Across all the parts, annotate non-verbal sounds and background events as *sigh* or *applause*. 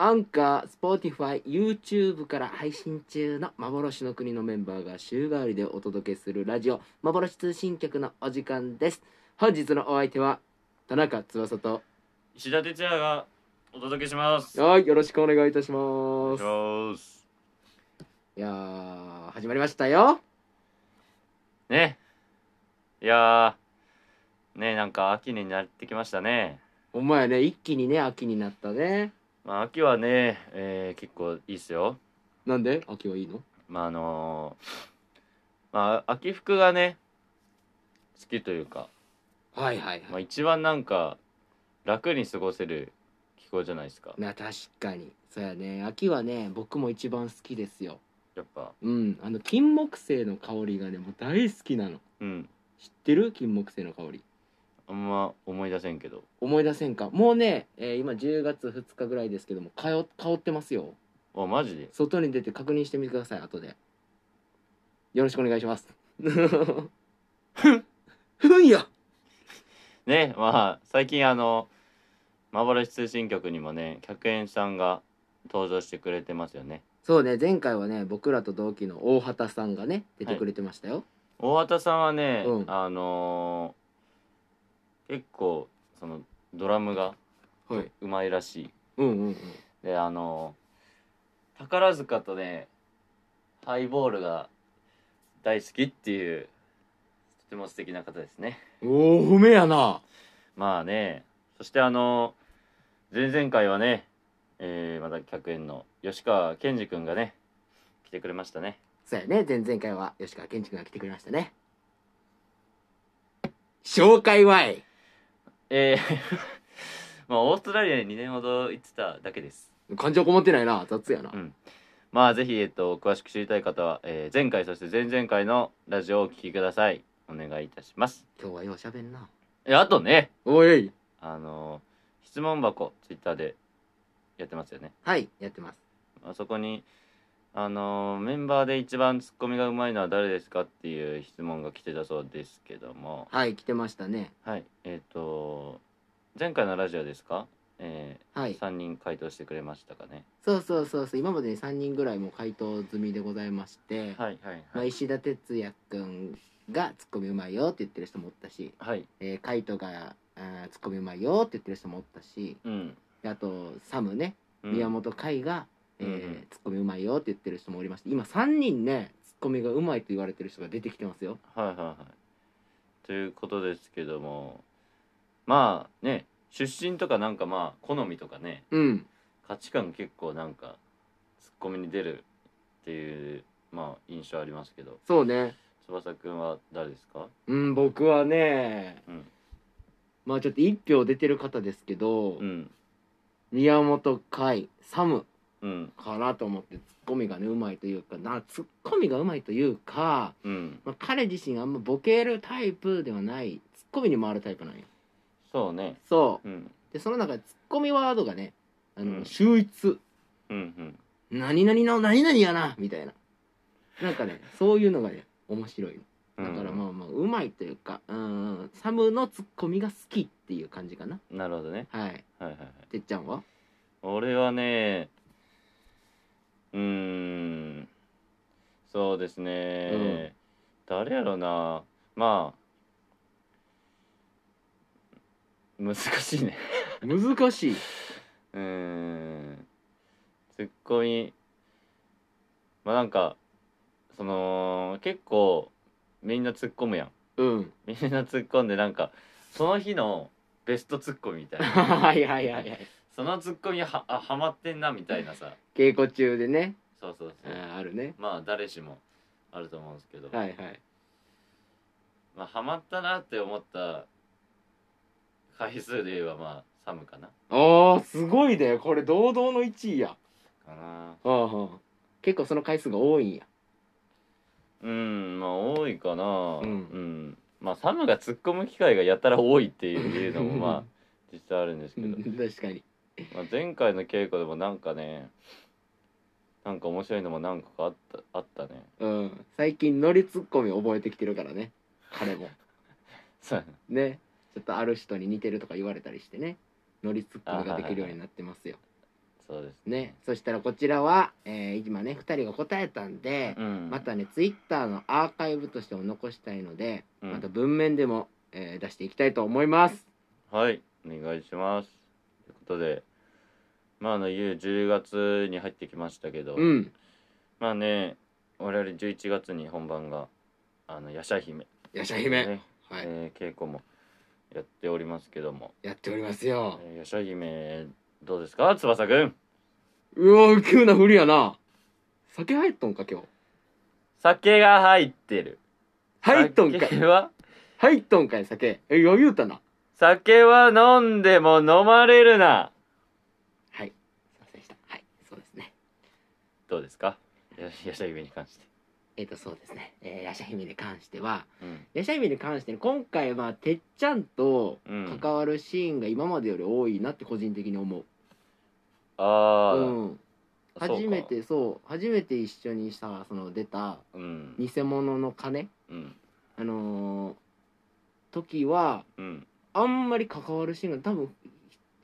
アンカー、スポーティファイ、YouTube から配信中の幻の国のメンバーが週替わりでお届けするラジオ、幻通信局のお時間です。本日のお相手は、田中翼と、石田哲也がお届けします。はい、よろしくお願いいたしおま願いす。しますいやー、始まりましたよ。ね。いやー、ね、なんか秋になってきましたね。お前ね、一気にね、秋になったね。まあ秋はね、えー結構いいっすよ。なんで秋はいいのまああのーまあ秋服がね、好きというか、はいはいまはあい。一番なんか楽に過ごせる気候じゃないですか。な、確かに。そうやね、秋はね、僕も一番好きですよ。やっぱ、うん、あの、金木犀の香りがね、もう大好きなの。うん。知ってる金木犀の香り。あんま思い出せんけど。思い出せんかもうね、えー今10月2日ぐらいですけども香香ってますよあ、マジで外に出て確認してみてください後でよろしくお願いしますふんやねまあ最近あの幻通信局にもね100円さんが登場してくれてますよねそうね前回はね僕らと同期の大畑さんがね出てくれてましたよ、大畑さんはね、うんあのー結構そのドラムがはい、うまいらしい、うんうんうんであのー宝塚とねハイボールが大好きっていうとても素敵な方ですねおお褒めやなまあねそしてあの前々回はね、えーまた客演の吉川健二君がね来てくれましたねそうやね前々回は吉川健二君が来てくれましたね紹介わいえー *laughs* まあオーストラリアに2年ほど行ってただけです感情こもってないな雑やな、うんまあぜひ、えっと、詳しく知りたい方は、えー前回そして前々回のラジオをお聞きくださいお願いいたします今日はようしゃべんなえあとねおいあの質問箱ツイッターでやってますよねはいやってますあそこに、あのーメンバーで一番ツッコミがうまいのは誰ですかっていう質問が来てたそうですけども、はい来てましたねはい、えっ、と、前回のラジオですか、えはーい3人回答してくれましたかね。そうそうそうそう今までに3人ぐらいもう回答済みでございまして、はいはいまあ、はい。石田哲也くんが「ツッコミうまいよ」って言ってる人もおったし、はい、えー、カイトがあー「ツッコミうまいよ」って言ってる人もおったしうん。であとサムねうん宮本海が「えーうんうんツッコミうまいよ」って言ってる人もおりまして今3人ねツッコミがうまいと言われてる人が出てきてますよはいはいはい。ということですけども、まあね、出身とかなんかまあ、好みとかね、うん価値観結構なんか、ツッコミに出るっていう、まあ、印象ありますけど、そうね翼くんは誰ですかうん僕はねうんまあちょっと1票出てる方ですけど、うん宮本海サムうんかなと思ってツッコミがねうまいというかなツッコミがうまいというか、うんまあ、彼自身があんまボケるタイプではないツッコミに回るタイプなんよそうねそうんうでその中でツッコミワードがねあの、うん秀逸うん何々の何々やなみたいななんかねそういうのがね面白いうんだからまあまあうまいというかうんサムのツッコミが好きっていう感じかななるほどねはいはいはいはいてっちゃんは俺はねうーんそうですね、誰やろなまあ難しいね難しいうーんツッコミまあなんかその結構みんな突っ込むやんうん *laughs* みん *laughs* な突っ込んでなんかその日のベスト突っ込みみたいなはいはいはいはいそのツッコミはあハマってんなみたいなさ稽古中でねそうそうあそうーあるねまあ誰しもあると思うんですけど、はいはいまあハマったなって思った回数で言えばまあサムかなああすごいねこれ堂々の1位やかなはあはあ結構その回数が多いんやうんまあ多いかなうんまあサムが突っ込む機会がやたら多いっていうのも *laughs* まあ実際あるんですけうどん、確かにまあ、前回の稽古でもなんかねなんか面白いのも何個かあったあったね *laughs* うん最近ノリツッコミ覚えてきてるからね彼もそうねちょっとある人に似てるとか言われたりしてねノリツッコミができるようになってますよそうですねそしたらこちらは、えー今ね2人が答えたんで、うんまたねツイッターのアーカイブとしても残したいので、うんまた文面でも、えー出していきたいと思いますはいお願いしますということでまああの U 10月に入ってきましたけど、うんまあね我々11月に本番があの「やしゃ姫」やしゃ姫、ねはい、えー稽古もやっておりますけどもやっておりますよ「えー、やしゃ姫」どうですか翼くんうわ急な振りやな酒入っとんか今日酒が入ってる入っとんかい酒は入っとんかい酒え余裕たな酒は飲んでも飲まれるなはいすいませんでしたはいそうですねどうですかややしゃ姫に関して、えっ、とそうですね、えー、やしゃ姫に関してはうんやしゃ姫に関してね今回はてっちゃんとうん、関わるシーンが今までより多いなって個人的に思う、ああ、うん、そうか初めてそう初めて一緒にさその出たうん偽物の金うんあのー時はうんあんまり関わるシーンが多分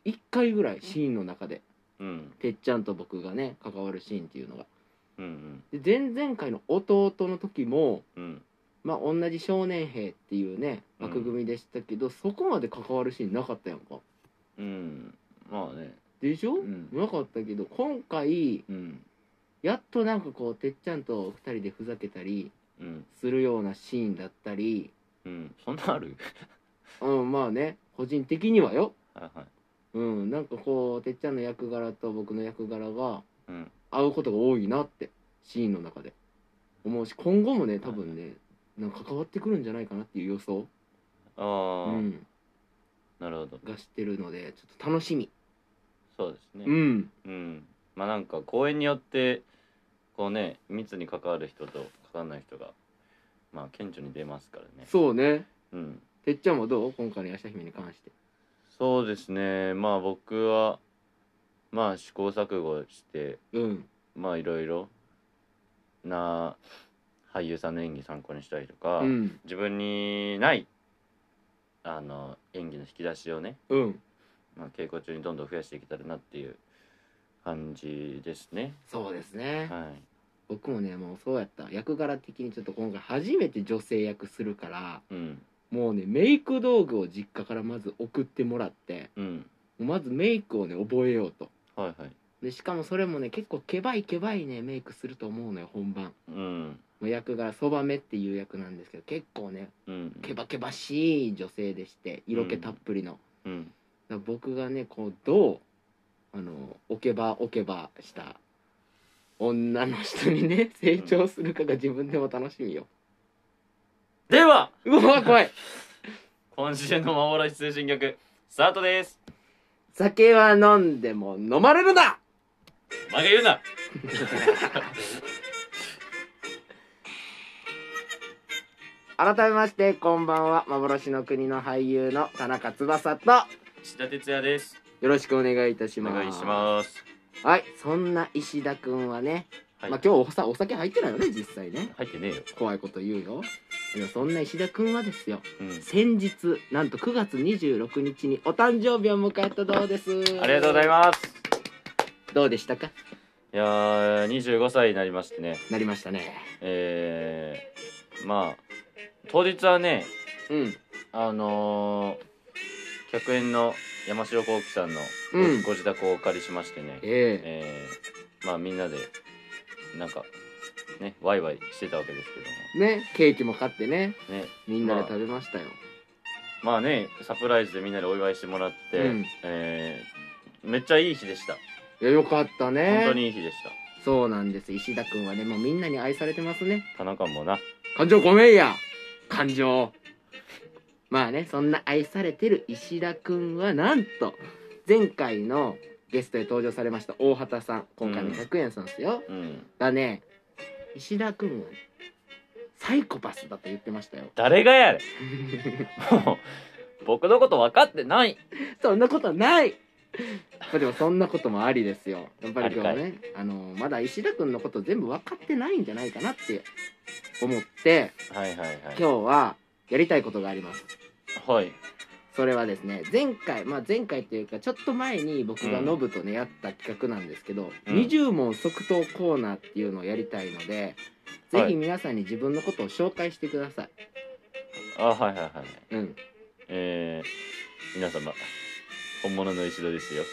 1回ぐらいシーンの中でうんてっちゃんと僕がね関わるシーンっていうのがうんうんで前々回の弟の時もうんまあ同じ少年兵っていうねうん枠組みでしたけど、そこまで関わるシーンなかったやんかうんまあねでしょ、うんなかったけど今回うんやっとなんかこうてっちゃんと2人でふざけたりうんするようなシーンだったりうんそんなある *laughs* うんまあね個人的にはよはいはいうんなんかこうてっちゃんの役柄と僕の役柄がうん合うことが多いなってシーンの中で思うし今後もね多分ねなんか関わってくるんじゃないかなっていう予想、あうあ、ん、なるほどがしてるのでちょっと楽しみそうですねうんうんまあなんか公演によってこうね密に関わる人と関わらない人がまあ顕著に出ますからねそうねうんてっちゃんはどう今回のヤシャ姫に関してそうですねまあ僕はまあ試行錯誤してうんまあいろいろな俳優さんの演技参考にしたりとか、うん自分にないあの演技の引き出しをね、うんまあ、稽古中にどんどん増やしていけたらなっていう感じですね。そうですねはい、僕もねもうそうやった役柄的にちょっと今回初めて女性役するからうんもうねメイク道具を実家からまず送ってもらってうんまずメイクをね覚えようとはいはいでしかもそれもね結構けばいけばいねメイクすると思うのよ本番うんもう役がそばめっていう役なんですけど結構ねうんけばけばしい女性でして色気たっぷりの、うんだから僕がねこうどうあの置けば置けばした女の人にね成長するかが自分でも楽しみよ、ではうわ怖い今週の幻通信曲スタートです酒は飲んでも飲まれるなお前が言うな改めましてこんばんは幻の国の俳優の田中翼とよ石田哲也ですろしくお願いいたしおます願いしますはいそんな石田くんはね、はい、まあ今日おさお酒入ってないよね実際ね入ってねえよ、怖いこと言うよでもそんな石田くんはですようん、先日なんと9月26日にお誕生日を迎えたどうですありがとうございますすどうでしたかいやー25歳になりましてねなりましたねえー、まあ当日はねうんあのー、100円の山城幸喜さんのご,、うんご自宅をお借りしましてねえええー、まあみんなでなんかねワイワイしてたわけですけどねケーキも買ってねもねみんなで食べましたよ、まあねサプライズでみんなでお祝いしてもらって、うんえめっちゃいい日でした、いやよかったね本当にいい日でしたそうなんです石田くんはねもうみんなに愛されてますね田中もな感情ごめんや感情まあねそんな愛されてる石田くんはなんと前回のゲストで登場されました大畑さん今回の100円さんですよ、うんがね石田くんはねサイコパスだと言ってましたよ *laughs* 誰がやれもう僕のこと分かってないそんなことないまあでもそんなこともありですよやっぱり今日あねあのまだ石田くんのこと全部分かってないんじゃないかなって思ってはいはいはい今日はやりたいことがありますはいそれはですね前回まあ前回というかちょっと前に僕がうんノブとね、やった企画なんですけど、うん20問即答コーナーっていうのをやりたいので、ぜはひい皆さんに自分のことを紹介してください。あはいはいはいはいうん、えー、皆様本物の石戸ですよ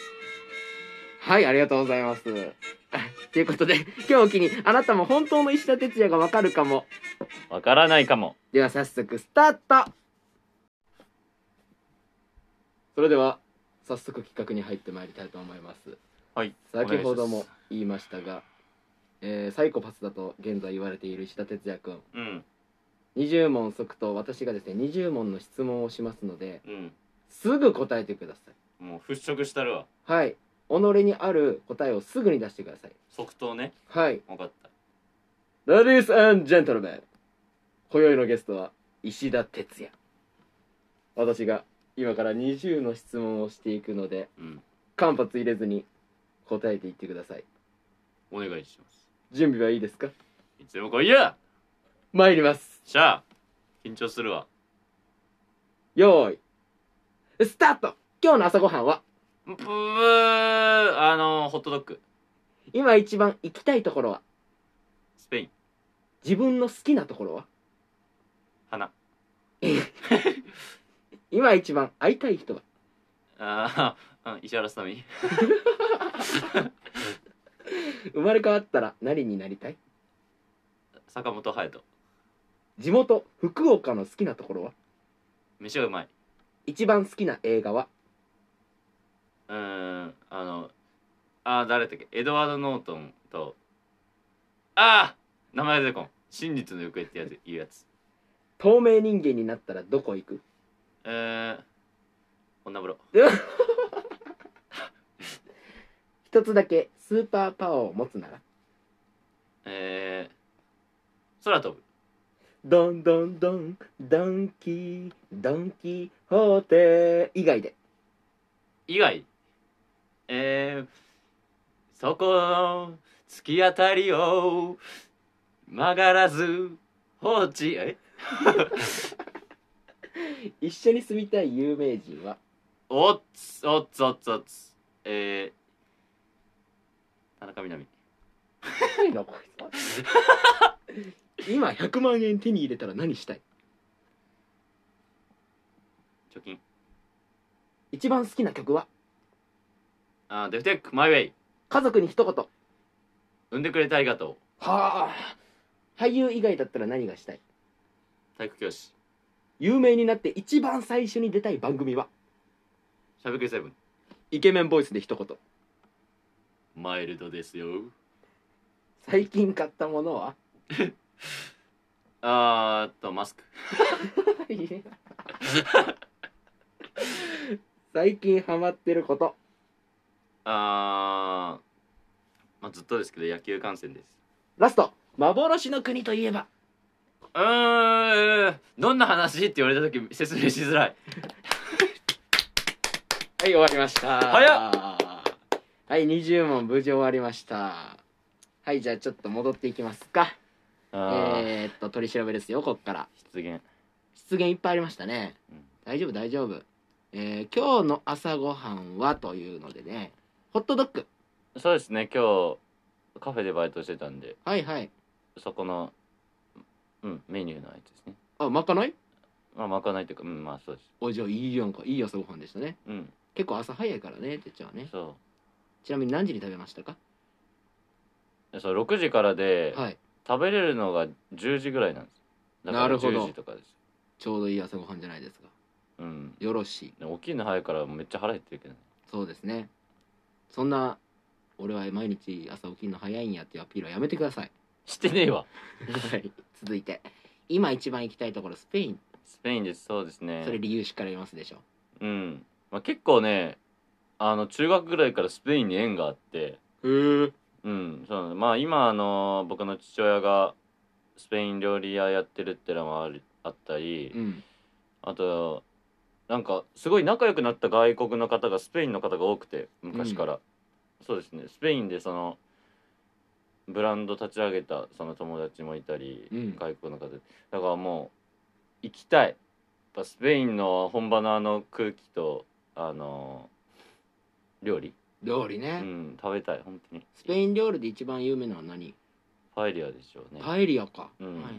はいありがとうございます。ということで今日を機にあなたも本当の石田哲也がわかるかも。分からないかもでは早速スタートそれでは早速企画に入ってまいりたいと思います。はい先ほどもお願いし言いましたが、えーサイコパスだと現在言われている石田哲也君うん20問即答私がですね20問の質問をしますのでうんすぐ答えてくださもう払拭したるわいはい己にある答えをすぐに出してください即答ねはい分かったレディースジェントルメン今宵のゲストは石田哲也私が今から20の質問をしていくのでうん間髪入れずに答えていってくださいお願いします準備はいいですかいつでも来いや参りますしゃあ緊張するわよーいスタート今日の朝ごはんはブブーあのホットドッグ今一番行きたいところはスペイン自分の好きなところは花今一番会いたい人はあ *laughs* あ石原さとみ生まれ変わったら何になりたい坂本勇人地元福岡の好きなところは飯がうまい一番好きな映画はうーんあのあー誰だっけエドワード・ノートンとああ名前出てこん真実の行方ってやついうやつ透明人間になったらどこ行くうーん女風呂一つだけスーパーパワーを持つならえー、空飛ぶドンドンドンドンキードンキホーテ以外で以外えー、そこの突き当たりを曲がらず放置え一緒に住みたい有名人はおっつおっつおっつおっつえー、田中みな *laughs* 実高いなこいつ今100万円手に入れたら何したい貯金一番好きな曲はあーデフテックマイウェイ家族に一言は産んでくれてありがとあ俳優以外だったら何がしたいう体育教師有名になって一番最初に出たい番組はしゃべくりセブンイケメンボイスで一言マイルドですよ最近買ったものは *laughs* あーっとマスク最近ハマってることあー、まあ、ずっとですけど野球観戦ですラスト幻の国といえばうーんどんな話って言われた時説明しづらいはい終わりました早はい20問無事終わりましたはいじゃあちょっと戻っていきますかあー、えー、っと取り調べですよこっから失言失言いっぱいありましたね、うん大丈夫大丈夫えー、今日の朝ごはんはというのでねホットドッグそうですね今日カフェでバイトしてたんではいはいそこのうんメニューのやつですねあまかないまあまかないというかうんまあそうですおじゃあいいやんかいい朝ごはんでしたねうん結構朝早いからねてっちゃんはねそちなみに何時に食べましたかうでそう6時からで、はい食べれるのが10時ぐらいなんですだかならるほど10時とかですちょうどいい朝ごはんじゃないですかうんよろしいで起きるの早いからめっちゃ腹減ってるけどねそうですねそんな俺は毎日朝起きるの早いんやっていうアピールはやめてくださいしてねえわはい *laughs* 続いて今一番行きたいところスペインスペインですそうですねそれ理由しっかりありますでしょうん、まあ、結構ねあの中学ぐらいからスペインに縁があってへえうんそうなんですまあ今あの僕の父親がスペイン料理屋やってるってのもあるあったり、うんあとなんかすごい仲良くなった外国の方がスペインの方が多くて昔から、そうですねスペインでそのブランド立ち上げたその友達もいたり、うん外国の方でだからもう行きたいやっぱスペインの本場のあの空気とあの料理、料理うね、ん、食べたい本当にスペイン料理で一番有名なのは何パエリアでしょうね、パエリアか、うんはいはい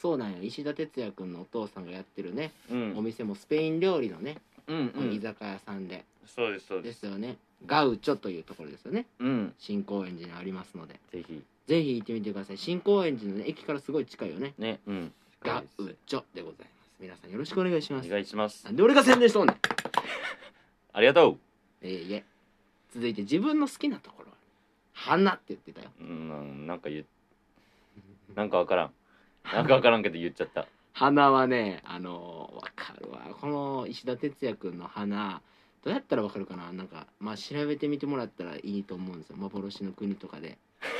そうなんや石田哲也君のお父さんがやってるね、うん、お店もスペイン料理のね、うんうん居酒屋さんでそうですそうでですすよねガウチョというところですよねうん新高円寺にありますのでぜひぜひ行ってみてください新高円寺の、ね、駅からすごい近いよねねうんガウチョでございます皆さんよろしくお願いしまおす願いしますなんで俺が宣伝しとんねんありがとうえいえ続いて自分の好きなところ花って言ってたようん、なんか言っなんかわ *laughs* からん。なんかわからんけど言っちゃった。花はねあのわかるわこの石田哲也君の花どうやったらわかるかななんかまあ調べてみてもらったらいいと思うんですよ幻の国とかで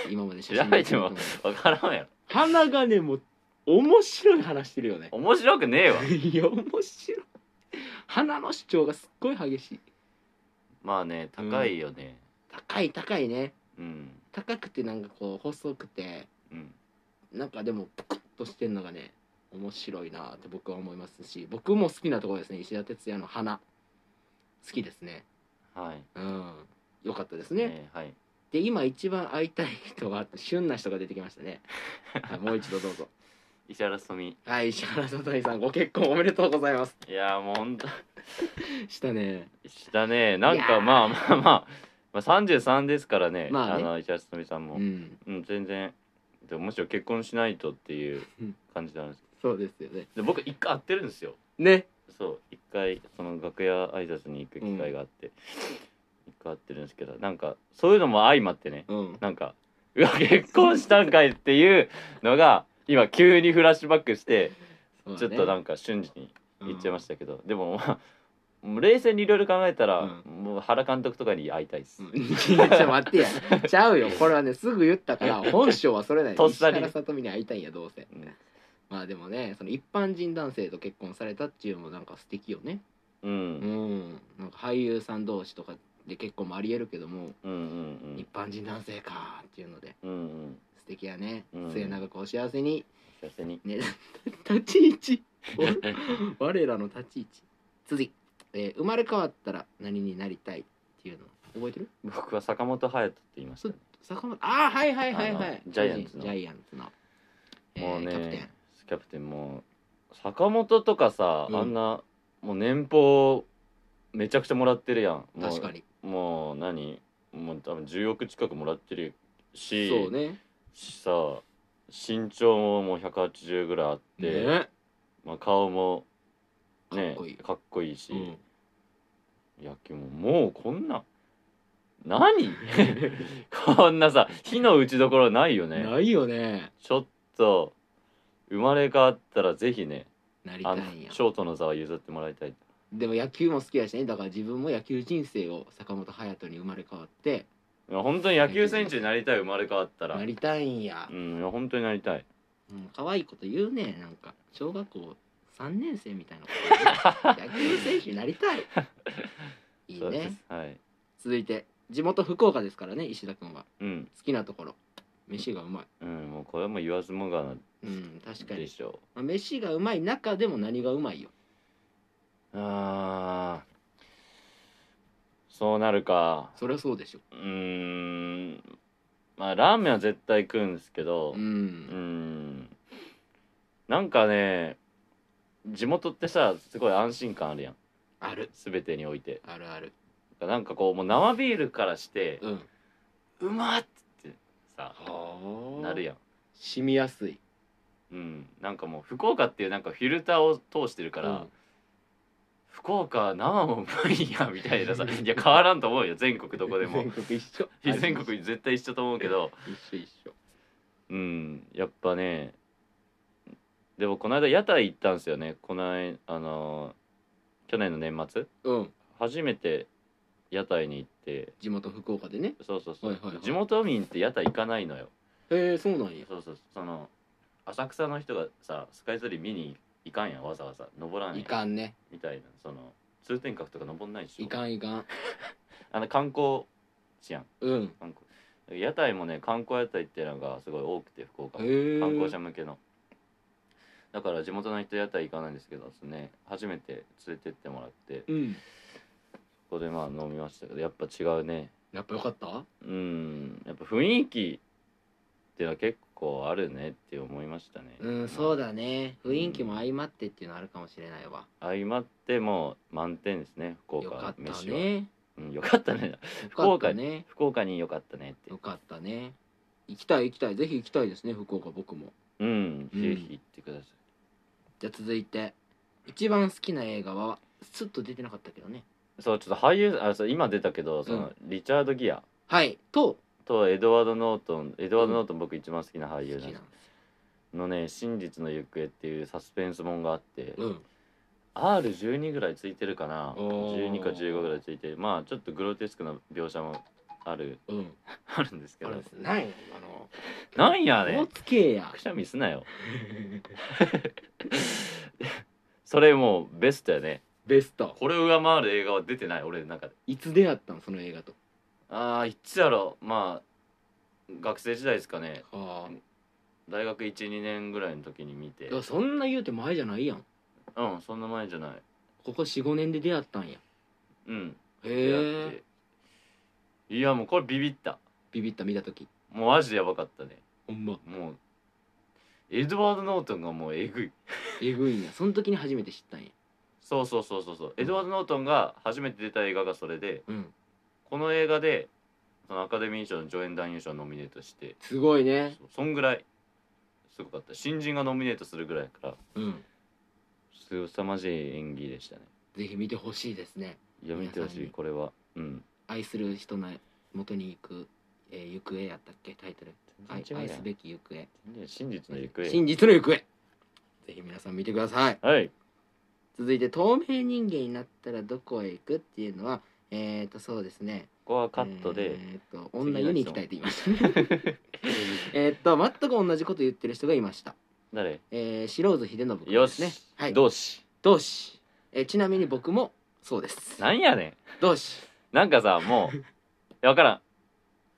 今まで写 *laughs* 真調べても見たわからんやろ。花がねもう面白い話してるよね面白くねえわ。いや面白い花の主張がすっごい激しいまあね、高いよね。高い高いねうん。高くてなんかこう細くてうん。なんかでもぷくっとしてんのがね面白いなって僕は思いますし僕も好きなところですね石田哲也の花好きですねはい。うんよかったですえねーはい。で今一番会いたい人は旬な人が出てきましたねはいもう一度どうぞ石原さとみ。はい石原さとみさんご結婚おめでとうございますいやーもうほんと、したねしたね。なんいやかーまあまあまあ、まあ33ですからね。まあねの、石原さとみさんも。ううん、ん全然。でもむしろ結婚しないとっていううん感じなんですそうですよねけど。で、僕一回会ってるんですよ。ねそう一回その楽屋挨拶に行く機会があって、一回会ってるんですけどなんかそういうのも相まってねうん、なんかうわ結婚したんかいっていうのが今急にフラッシュバックして、ちょっとなんか瞬時に言っちゃいましたたけど、でもまあもう冷静にいろいろ考えたら、うもう原監督とかに会いたいです、うん *laughs* いやちょっと待ってやちゃうよこれはねすぐ言った *laughs* から本性はそれないとっ石さに原さとみに会いたいんやどうせうんまあでもねその一般人男性と結婚されたっていうのもなんか素敵よねうん、ううんんなんか俳優さん同士とかで結婚もありえるけどもうん一般人男性かっていうのでうんうんうん素敵やね、うん末永くお幸せに幸せにね *laughs* 立ち位 *laughs* 置お我らの立ち位置次、えー生まれ変わったら何になりたいっていうの覚えてる僕は坂本勇人って言いました、ね、坂本ああはいはいはいはいあのジャイアンツのジャイアンツの、えーもうねキャプテンキャプテンもう坂本とかさ、うんあんなもう年俸めちゃくちゃもらってるやんもう確かにもう何もう多分10億近くもらってるしそうねしさ身長ももう180ぐらいあって、ねまあ、顔もねかっこいいかっこいいし、うん野球ももうこんな *laughs* 何こんなさ火の打ちどころないよねないよねちょっと生まれ変わったらぜひねなりたあいのんやショートの座を譲ってもらいたいでも野球も好きやしねだから自分も野球人生を坂本勇人に生まれ変わっていや本当に野球選手になりたい生まれ変わったらなりたいんやう、んいや本当になりたいうん、可愛いこと言うねなんか小学校3年生みたい *laughs* なこと言うね野球選手になりたいいいそうでねすはい続いて地元福岡ですからね石田君はうん好きなところ飯がうまいうんもうこれはもう言わずもがうん確かなでに、しょまあ、飯がうまい中でも何がうまいようあーそうなるかそりゃそうでしょうーんまあラーメンは絶対食うんですけどううんんんなんかね地元ってさすごい安心感あるやんある全てにおいてあるあるなんかこうもう生ビールからしてうんうまっってさはなるやん染みやすいうん、なんかもう福岡っていうなんかフィルターを通してるから、うん福岡生もうまい *laughs* やみたいなさいや変わらんと思うよ全国どこでも全国一緒いや *laughs* 全国絶対一緒と思うけど一緒一緒うんやっぱねでもこの間屋台行ったんですよねこの間あのー去年の年末うん初めて屋台に行って地元福岡でねそうそうそう、はいはいはい地元民って屋台行かないのよへえそうなんやそうそうその浅草の人がさスカイツリー見に行かんやんわざわざ登らんやんいかんねみたいなその通天閣とか登んないでしょいかんいかんあの観光地やんうん観光屋台もね観光屋台っていうのがすごい多くて福岡へえ観光者向けのだから地元の人屋台行かないんですけどですね初めて連れてってもらってうんここでまあ飲みましたけどやっぱ違うねやっぱよかったうんやっぱ雰囲気っていうのは結構あるねって思いましたねうんそうだね雰囲気も相まってっていうのあるかもしれないわ相まってもう満点ですね福よか岡った飯はねうんよかったね *laughs* よ福かっ岡たね福岡によかったねってよかったね行きたい行きたいぜひ行きたいですね福岡僕もうんうんぜひ行ってくださいじゃあ続いて一番好きな映画はスッと出てなかったけどねそうちょっと俳優あそう今出たけどその、リチャード・ギアはいととエドワード・ノートンエドワード・ノートン、僕一番好きな俳優な好きなんんですですのね「真実の行方」っていうサスペンスもんがあって、うん R12 ぐらいついてるかなおー12か15ぐらいついてまあちょっとグロテスクな描写もある *laughs* うんあるんですけあれどですないあのなんや大ねつけやくしゃみすなよそれもうベストやね *laughs* ベストこれを上回る映画は出てない俺の中でいつ出会ったのその映画とああいつやろまあ学生時代ですかねあ大学12年ぐらいの時に見てあそんな言うて前じゃないやんうんそんな前じゃないここ45年で出会ったんやうん出会っへえていやもうこれビビったビビった見た時もうマジでやばかったねほんまもうエドワード・ノートンがもうえぐいえぐいんやその時に初めて知ったんやそうそうそうそうそうエドワード・ノートンが初めて出た映画がそれでうんこの映画でそのアカデミー賞の助演男優賞をノミネートしてすごいねそそんぐらいすごかった新人がノミネートするぐらいだからうんすさまじい演技でしたねぜひ見てほしいですねいや見てほしいこれはうん愛する人の元に行く、えー行方やったっけタイトル愛全然違う愛やんすべき行方真実の行方真実の行方ぜひ皆さん見てくださいはい続いて透明人間になったらどこへ行くっていうのはえー、とそうですねここはカットで、えー、と女湯に行きたいって言いました *laughs* えーっと全く同じこと言ってる人がいました誰えー、白津秀信君よでし、すねはい同志同志、えーちなみに僕もそうですなんやねん同志なんかさ *laughs* もういや分からん、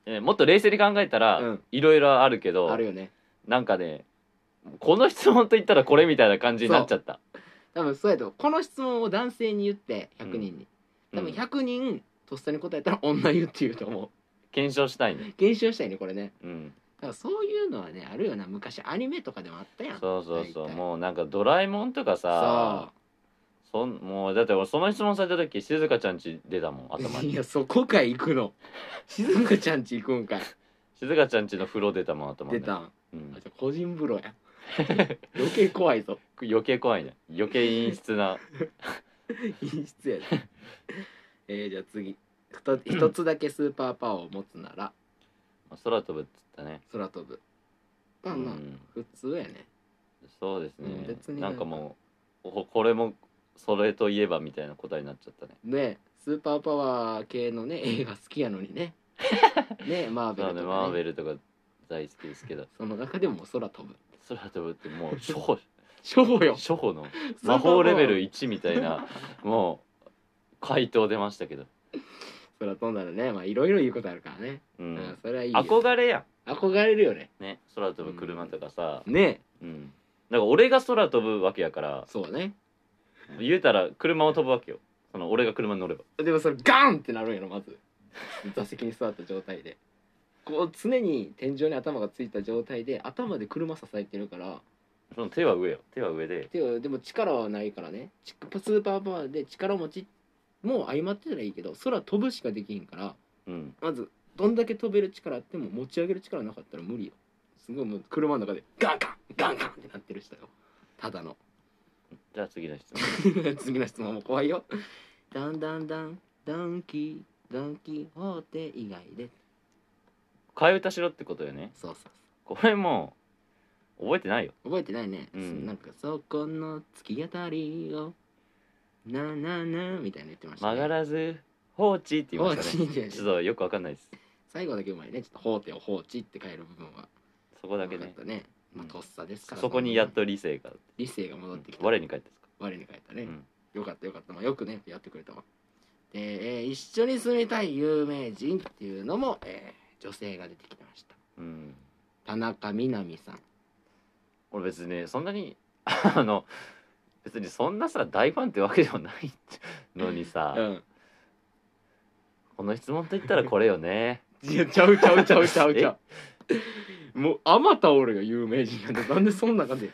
えーもっと冷静に考えたら、うんいろいろあるけどあるよねなんかねこの質問と言ったらこれみたいな感じになっちゃった多分そうやとこの質問を男性に言って100人に、多分うん100人、とっさに答えたら女湯って言うと思検証したいねう減少したいねこれねうんだからそういうのはねあるよな昔アニメとかでもあったやんそうそうそう大体もうなんかドラえもんとかさそんもうだって俺その質問された時静香ちゃんち出たもん頭いにやそこかい行 *laughs* くの静香ちゃんち行くんかい静香ちゃんちの風呂出たもん頭に出たんうんあじゃあ個人風呂や余計怖いぞ余計怖いね余計陰湿な *laughs* 品質やねえー、じゃあ次ふ *clears throat* と一つだけスーパーパワーを持つなら空飛ぶっつったね空飛ぶまあまあ、うん普通やねそうですうんね別にななんんかかもうおこれもそれといえばみたいな答えになっちゃったねねスーパーパワー系のね映画好きやのに *laughs* ねねマーベルなのとでかマーね、ベルとか大好きですけどその中でも空飛ぶ空飛ぶってもう初歩 *laughs* そうよ初歩の魔法レベル1みたいなもう回答出ましたけど、空飛んだらねまあいろいろ言うことあるからね、ううんん、それはいいよ憧れや憧れるよねんね空飛ぶ車とかさ、ねうん、だから俺が空飛ぶわけやからそうね言うたら車を飛ぶわけよその俺が車に乗ればでもそれガーンってなるんやろまず座席に座った状態でこう常に天井に頭がついた状態で頭で車支えてるからその手は上よ手は上で手をでも力はないからねちスーパーパワーで力持ちも相まってたらいいけど空飛ぶしかできへんからうんまずどんだけ飛べる力あっても持ち上げる力なかったら無理よすごいもう車の中でガンガンガンガンってなってる人よただの *laughs* じゃあ次の質問次の質問も怖いよだんだんだんドンキドンキホーテ以外で替え歌しろってことよねそうそうこれもう覚えてないよ覚えてないね、うんなんかそこの突き当たりをなななみたいなの言ってました、ね、曲がらず放置って言いました放置じゃなねいちょっとよくわかんないです最後だけうまいねちょっと法廷を放置って変える部分はそこだけうまねかったねまうんあ、とっさですからそこにやっと理性が理性が戻ってきた我に返ってですか我に返ったうね、んよかったよかった、まあ、よくねやってくれたわで、えー一緒に住みたい有名人っていうのも、えー女性が出てきましたうん田中みな実さん俺別にねそんなに *laughs* あの別にそんなさ大ファンってわけでもないのにさ、うんこの質問と言ったらこれよねいやちゃうちゃうちゃうちゃうちゃ *laughs* うもうあまたおるよ有名人なんてなんでそんな感じ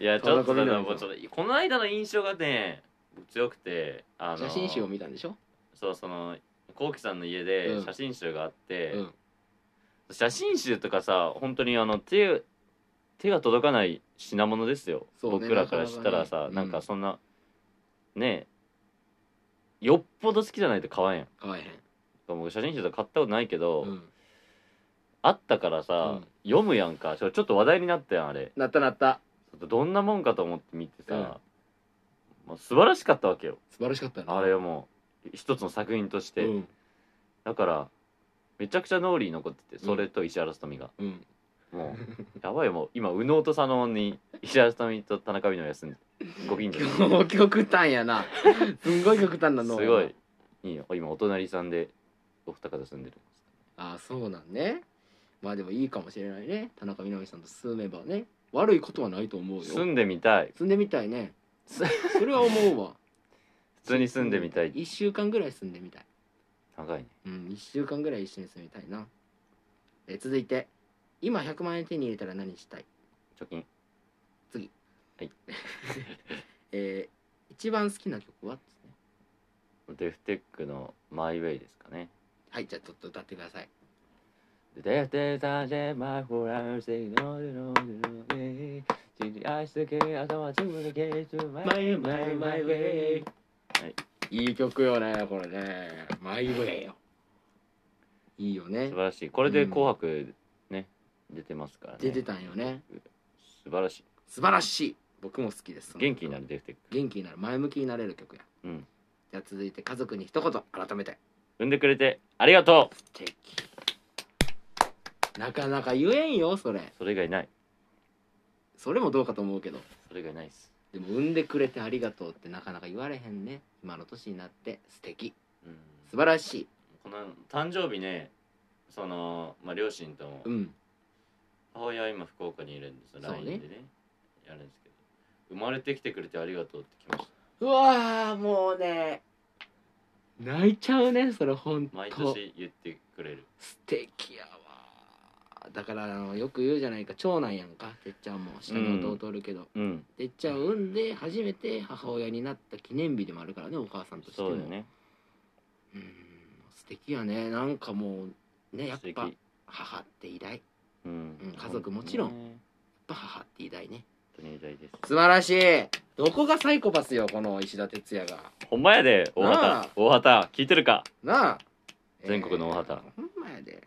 いやちょっと田中みだなか実らさんもうちょっとこの間の印象がね強くてあの写真集を見たんでしょ、そうそのこうきさんの家うでん写真集があって、うん写真集とかさ本当にあの手手が届かない品物ですよ、そうね僕らからしたらさなかなかねなんうんかそんな、ねえよっぽど好きじゃないと買わんやんかわいへん僕写真集とか買ったことないけど、うんあったからさ、うん読むやんかちょちょっと話題になったやんあれなったなったどんなもんかと思って見てさ、もう素晴らしかったわけよ素晴らしかったなあれはもう一つの作品として、うんだからめちゃくちゃ脳裏に残っててうんそれと石原さとみが、うんもうやばいよもう今右脳と左脳に石原さとみと田中みな実が住んでご近所にもう極端や *laughs* なすんごい極端なすのごいいいよ今お隣さんでお二方住んでるああそうなんねまあでもいいかもしれないね田中みな実さんと住めばね悪いことはないと思うよ住住んでみたいんでみたいねすそれは思うわ *laughs* 普通に住んでみたい1週間ぐらい住んでみたい長いねうん1週間ぐらい一緒に住みたいなえ続いて今100万円手に入れたら何したい貯金えー、一番好きな曲はデフテックの「マイウェイ」ですかねはいじゃあちょっと歌ってくださいデフテックさせまフランスのルノルノウェイ知り合いすぎ頭つぶれけつまマイマイマイウェイはいいい曲よねこれねマイウェイよいいよね素晴らしいこれで「紅白ね」出てますからね出てたんよね素晴らしい素晴らしい僕も好きです元気になるるデフテック元気になる前向きになれる曲やうんじゃあ続いて家族に一言改めて産んでくれてありがと素敵なかなか言えんよそれうそれ以外ないそれもどうかと思うけどそれ以外ないですでも産んでくれてありがとうってなかなか言われへんね今の年になって素敵うん素晴らしいこの誕生日ねその、まあ、両親ともうん母親は今福岡にいるんですそうね LINE でねやるんですけど生まれてきてくれてありがとうって来ましうわーもうね泣いちゃうねそれほんたと毎年言ってくれる素敵やわだからあのよく言うじゃないか長男やんかてっちゃんも下に弟おるけど、うんてっちゃんを産んで初めて母親になった記念日でもあるからねお母さんとしてそもうだよねうん素敵やねなんかもうねやっ素敵ぱ母って偉大やっうんうん家族もちろん本当にねぱ母って偉大ね本当に偉大です素晴らしいどこがサイコパスよこの石田哲也がほんまやで大なあ畑大畑聞いてるかなあ全国の大畑えーほんまやで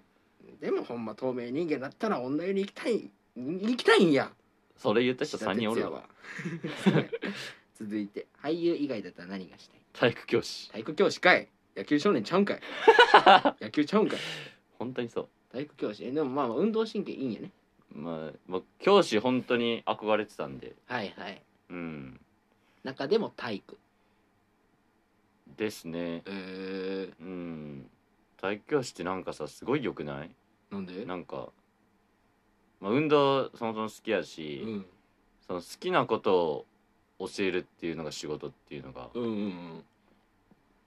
でもほんま透明人間だったら女湯に行きたい行きたいんやそれ言った人3人おる石わ田哲也は *laughs* 続いて俳優以外だったら何がした体い育教師体育教師かい野球少年ちゃう *laughs* んかい野球ちゃうんかい本当にそう体育教師えでもまあまあ運動神経いいんやねまあ僕教師本当に憧れてたんではいはいうん中でも体育ですねえー、うん体育教師ってなんかさすごい良くないなんでなんか、まあ、運動そもそも好きやし、うんその好きなことを教えるっていうのが仕事っていうのがうんうんうん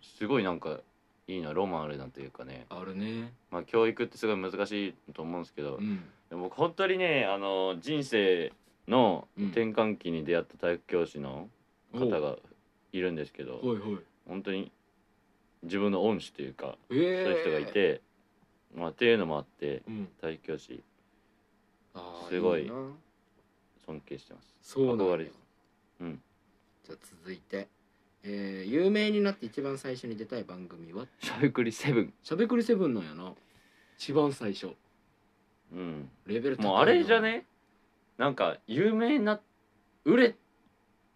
すごいなんかいいなロマンあるなというかね、あるねまあ、教育ってすごい難しいと思うんですけど、うんでも僕本当にねあの人生のうん転換期に出会った体育教師の方おがいるんですけど、はいはい本当に自分の恩師というか、えそういう人がいて、まあ、っていうのもあってうん体育教師あーすごいな尊敬してますそうなん憧やれですうんじゃあ続いて、えー有名になって一番最初に出たい番組はしゃべくりセブンしゃべくりセブンなんやな一番最初うんレベル高いなもうあれじゃねなんか有名な売れ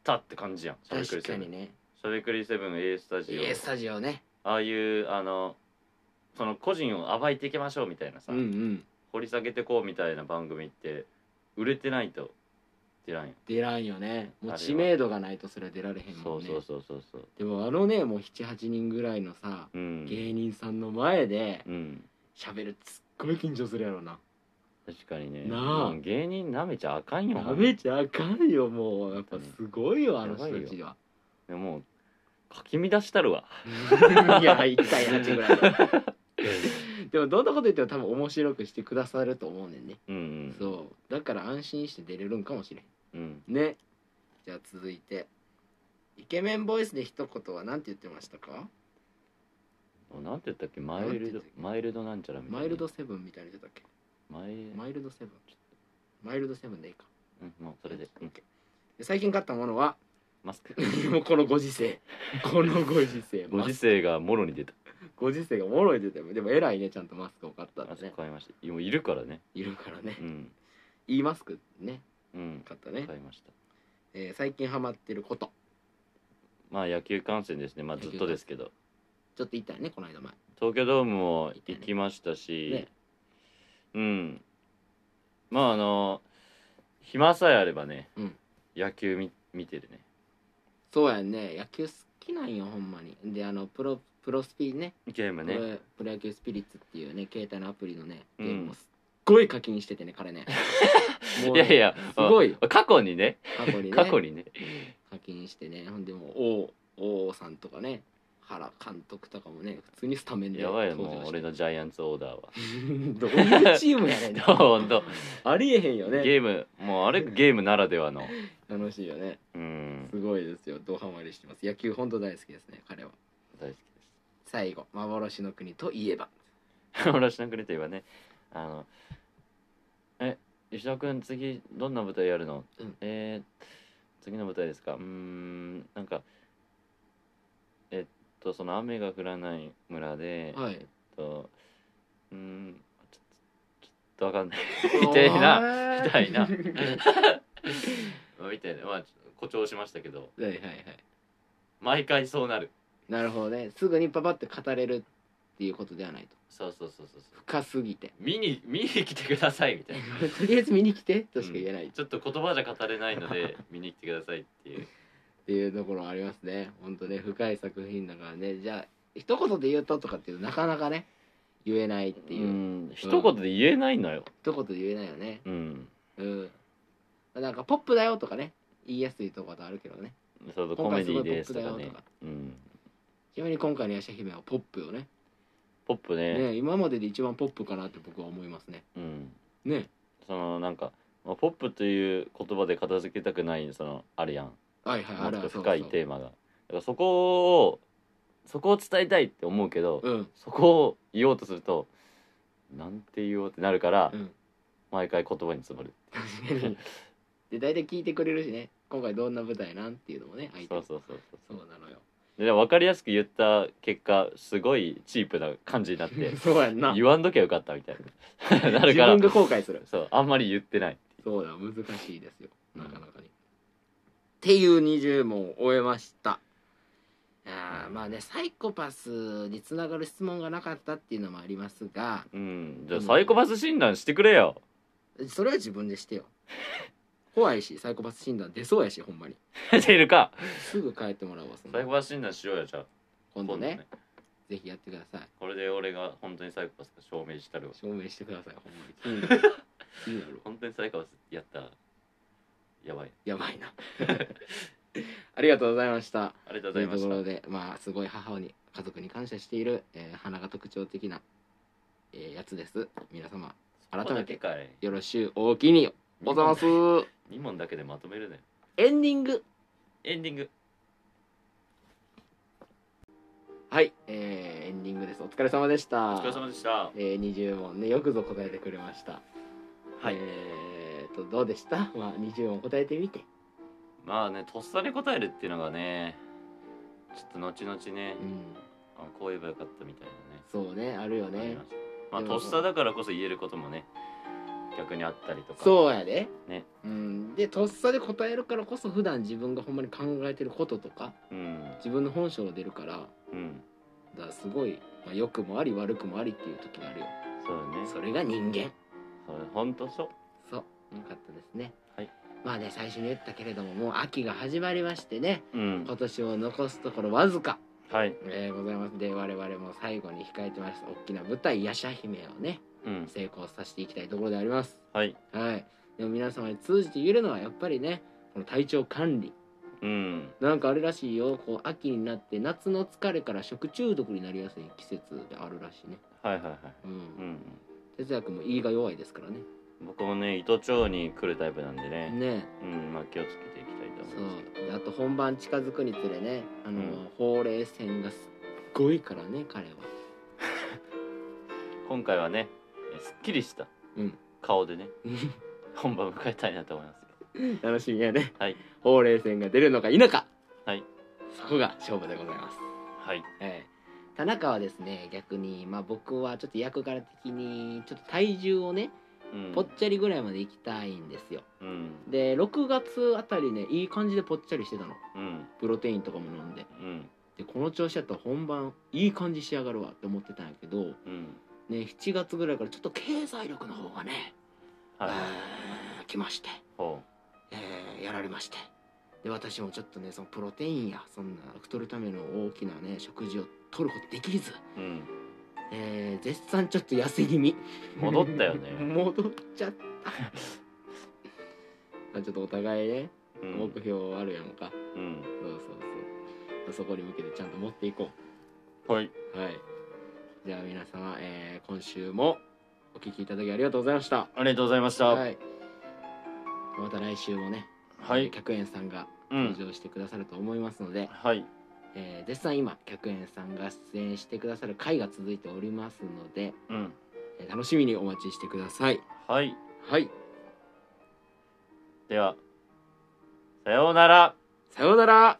たって感じやんしゃべく確りセかブにンねしゃべくりセブン A スタジオ A スタジオねああいうあのその個人を暴いていきましょうみたいなさ、うんうん掘り下げてこうみたいな番組って売れてないと出らんやん出らんよねあれもうは知名度がないとそれは出られへんそもんうねそうそうそうそうでもあのねもう78人ぐらいのさうん、芸人さんの前でうん、喋るすっごい緊張するやろな確かにねなあもう芸人なめちゃあかんよやめちゃあかんよもうやっぱすごいよあの人たちはでももうかき乱したるわ *laughs* いや1対8ぐらい *laughs* ででもどんなこと言っても多分面白くしてくださると思うねんねうんうんそうだから安心して出れるんかもしれうんんねじゃあ続いてイケメンボイスで一言は何て言ってましたかもうなんて言ったっけマイルドマイルドなんちゃらみたいなマイルドセブンみたいに言ってたっけマイマイルドセブンマイルドセブンでいいかうんもうそれで、うん、で最近買ったものは *laughs* マスクもうこのご時世このご時世ご時世がもろに出たご時世がおもろいでてでも偉いねちゃんとマスクを買ったマらスクね買いましたもういるからねいるからねうんいいマスクねうん買ったね、買いましたえー最近ハマってることまあ野球観戦ですねまあずっとですけどちょっと言ったよねこの間前東京ドームも行きましたし、ねうんまああの暇さえあればね、うん野球み見てるねそうやんね野球好きなんよほんまにであのプロプロスピねゲームねプロプロ野球スピリッツっていうね携帯のアプリのねうんゲームもすっごい課金しててね彼ねも *laughs* ういやいやすごいあ過去にね過去 *laughs* にね過去にね課金してねほんでもう王王さんとかね原監督とかもね普通にスタメンでやばいよもうして俺のジャイアンツオーダーは *laughs* どういうチームや *laughs* ねんほんとありえへんよねゲームも *laughs* うあれゲームならではの楽しいよねうんすごいですよドハマりしてます野球ほんと大好きですね彼は大好きです最後幻の国といえば俺しなくれといえばね *laughs* あの「え石田君次どんな舞台やるのうんえー次の舞台ですかうーんなんかえっとその雨が降らない村で、はいえっとうーんちょちょちょっとわかんないみたい *laughs* ななみたいなみたいな *laughs* まあちょっと誇張しましたけどはいはいはい毎回そうなるなるほどねすぐにパパって語れるっていうことではないとそうそうそうそうそう深すぎて *laughs* 見に見に来てくださいみたいなとりあえず見に来てとしか言えない、うんっちょっと言葉じゃ語れないので見に来てくださいっていうていうところありますね本当ね深い作品だからねじゃあ一言で言うととかっていうとなかなかね言えないっていう、ん一言で言えないのよ一言で言えないよねうんうんなんかポップだよとかね言いやすいところあるけどねそのコメディですとかね今回すごいポップだよとかうんちなみに今回のヤシャ姫はポップよねポップねね今までで一番ポップかなって僕は思いますねうんねそのなんか、まあ、ポップという言葉で片付けたくないそのあるやんはいはいもあっれとはそう深いテーマがだからそこをそこを伝えたいって思うけど、そううんそこを言おうとするとなんて言おうってなるから、うん *laughs* 毎回言葉に詰まる確かにで大体聞いてくれるしね今回どんな舞台なんっていうのもね相手そうもそうそうそうそうなのよ *laughs* で分かりやすく言った結果すごいチープな感じになってそうやん *laughs* な言わんどきゃよかったみたい *laughs* ななる自から分が後悔するそうあんまり言ってないそうだ難しいですようんなかなかに、っていう20問を終えましたあーまあねサイコパスにつながる質問がなかったっていうのもありますがうんじゃあサイコパス診断してくれよそれは自分でしてよ怖いしサイコパス診断出そうやしほんまにてるかすぐ帰ってもらおうわそんサなイコパス診断しようよじゃあ今度ねぜひやってくださいこれで俺が本当にサイコパスか証明したるわ証明してくださいほんまに気になる気になる本当にサイコパスやったらやばいやばいな *laughs* ありがとうございましたありがとうとございうまいしとこたろでまあすごい母に家族に感謝している、えー花が特徴的な、えーやつです皆様ここだけかいよろしゅうおおきにおざいます2問だけでまとめるねエンディングエンディングはい、えーエンディングですお疲れ様でしたお疲れ様でしたえー、20問ねよくぞ答えてくれましたはいえー、とどうでした、まあ、20問答えてみてまあねとっさに答えるっていうのがねちょっと後々ね、うんあこう言えばよかったみたいなねそうねあるよありねましたまあでともっさだからこそ言えることもね逆にあったりとかそうやで、ねうん、でとっさで答えるからこそ普段自分がほんまに考えてることとかうん自分の本性が出るからうんだからすごい、まあ、良くもあり悪くもありっていう時があるよそうだねそれが人間そう本当そうそうよかったですねはいまあね最初に言ったけれどももう秋が始まりましてねうん今年を残すところわずか、はいえーございますで我々も最後に控えてました大きな舞台「ヤシャ姫」をねうん成功させていきたいところでありますはいはいでも皆様に通じて言えるのはやっぱりねこの体調管理うんなんかあれらしいよこう秋になって夏の疲れから食中毒になりやすい季節であるらしいねはいはいはいうん、うん哲也君も胃が弱いですからね僕もね糸町に来るタイプなんでねねうんまあ気をつけていきたいと思いますけどそうであと本番近づくにつれねあの、うんほうれい線がすっごいからね彼は今回はねえすっきりしたうん顔でね、本番迎えたいなと思いますけ *laughs* 楽しみやねどはいほうれい線が出るのか否かはいそこが勝負でございますはいええ田中はですね逆に、まあ、僕はちょっと役柄的にちょっと体重をねうんぽっちゃりぐらいまで行きたいんですようんで6月あたりねいい感じでぽっちゃりしてたのうんプロテインとかも飲んでうんでこの調子やったら本番いい感じ仕上がるわって思ってたんやけど、ね、うん7月ぐらいからちょっと経済力の方がね、はいえー来まして、ほえーやられましてで私もちょっとねそのプロテインやそんな太るための大きなね食事を取ることできず、ううんえー絶賛ちょっと痩せ気味戻ったよね *laughs* 戻っちゃったまあ *laughs* ちょっとお互いねうん目標あるやんか、うんそうそうそうそこに向けてちゃんと持っていこうはいはい。じゃあ皆様、えー今週もお聞きいただきありがとうございました。ありがとうございましたははい、い。また来週もね、えー客円さんがう登ん場してくださると思いますので、はいえー絶賛今客円さんが出演してくださる回が続いておりますので、うんえー楽しみにお待ちしてください。はいはい。ではさようならさようなら。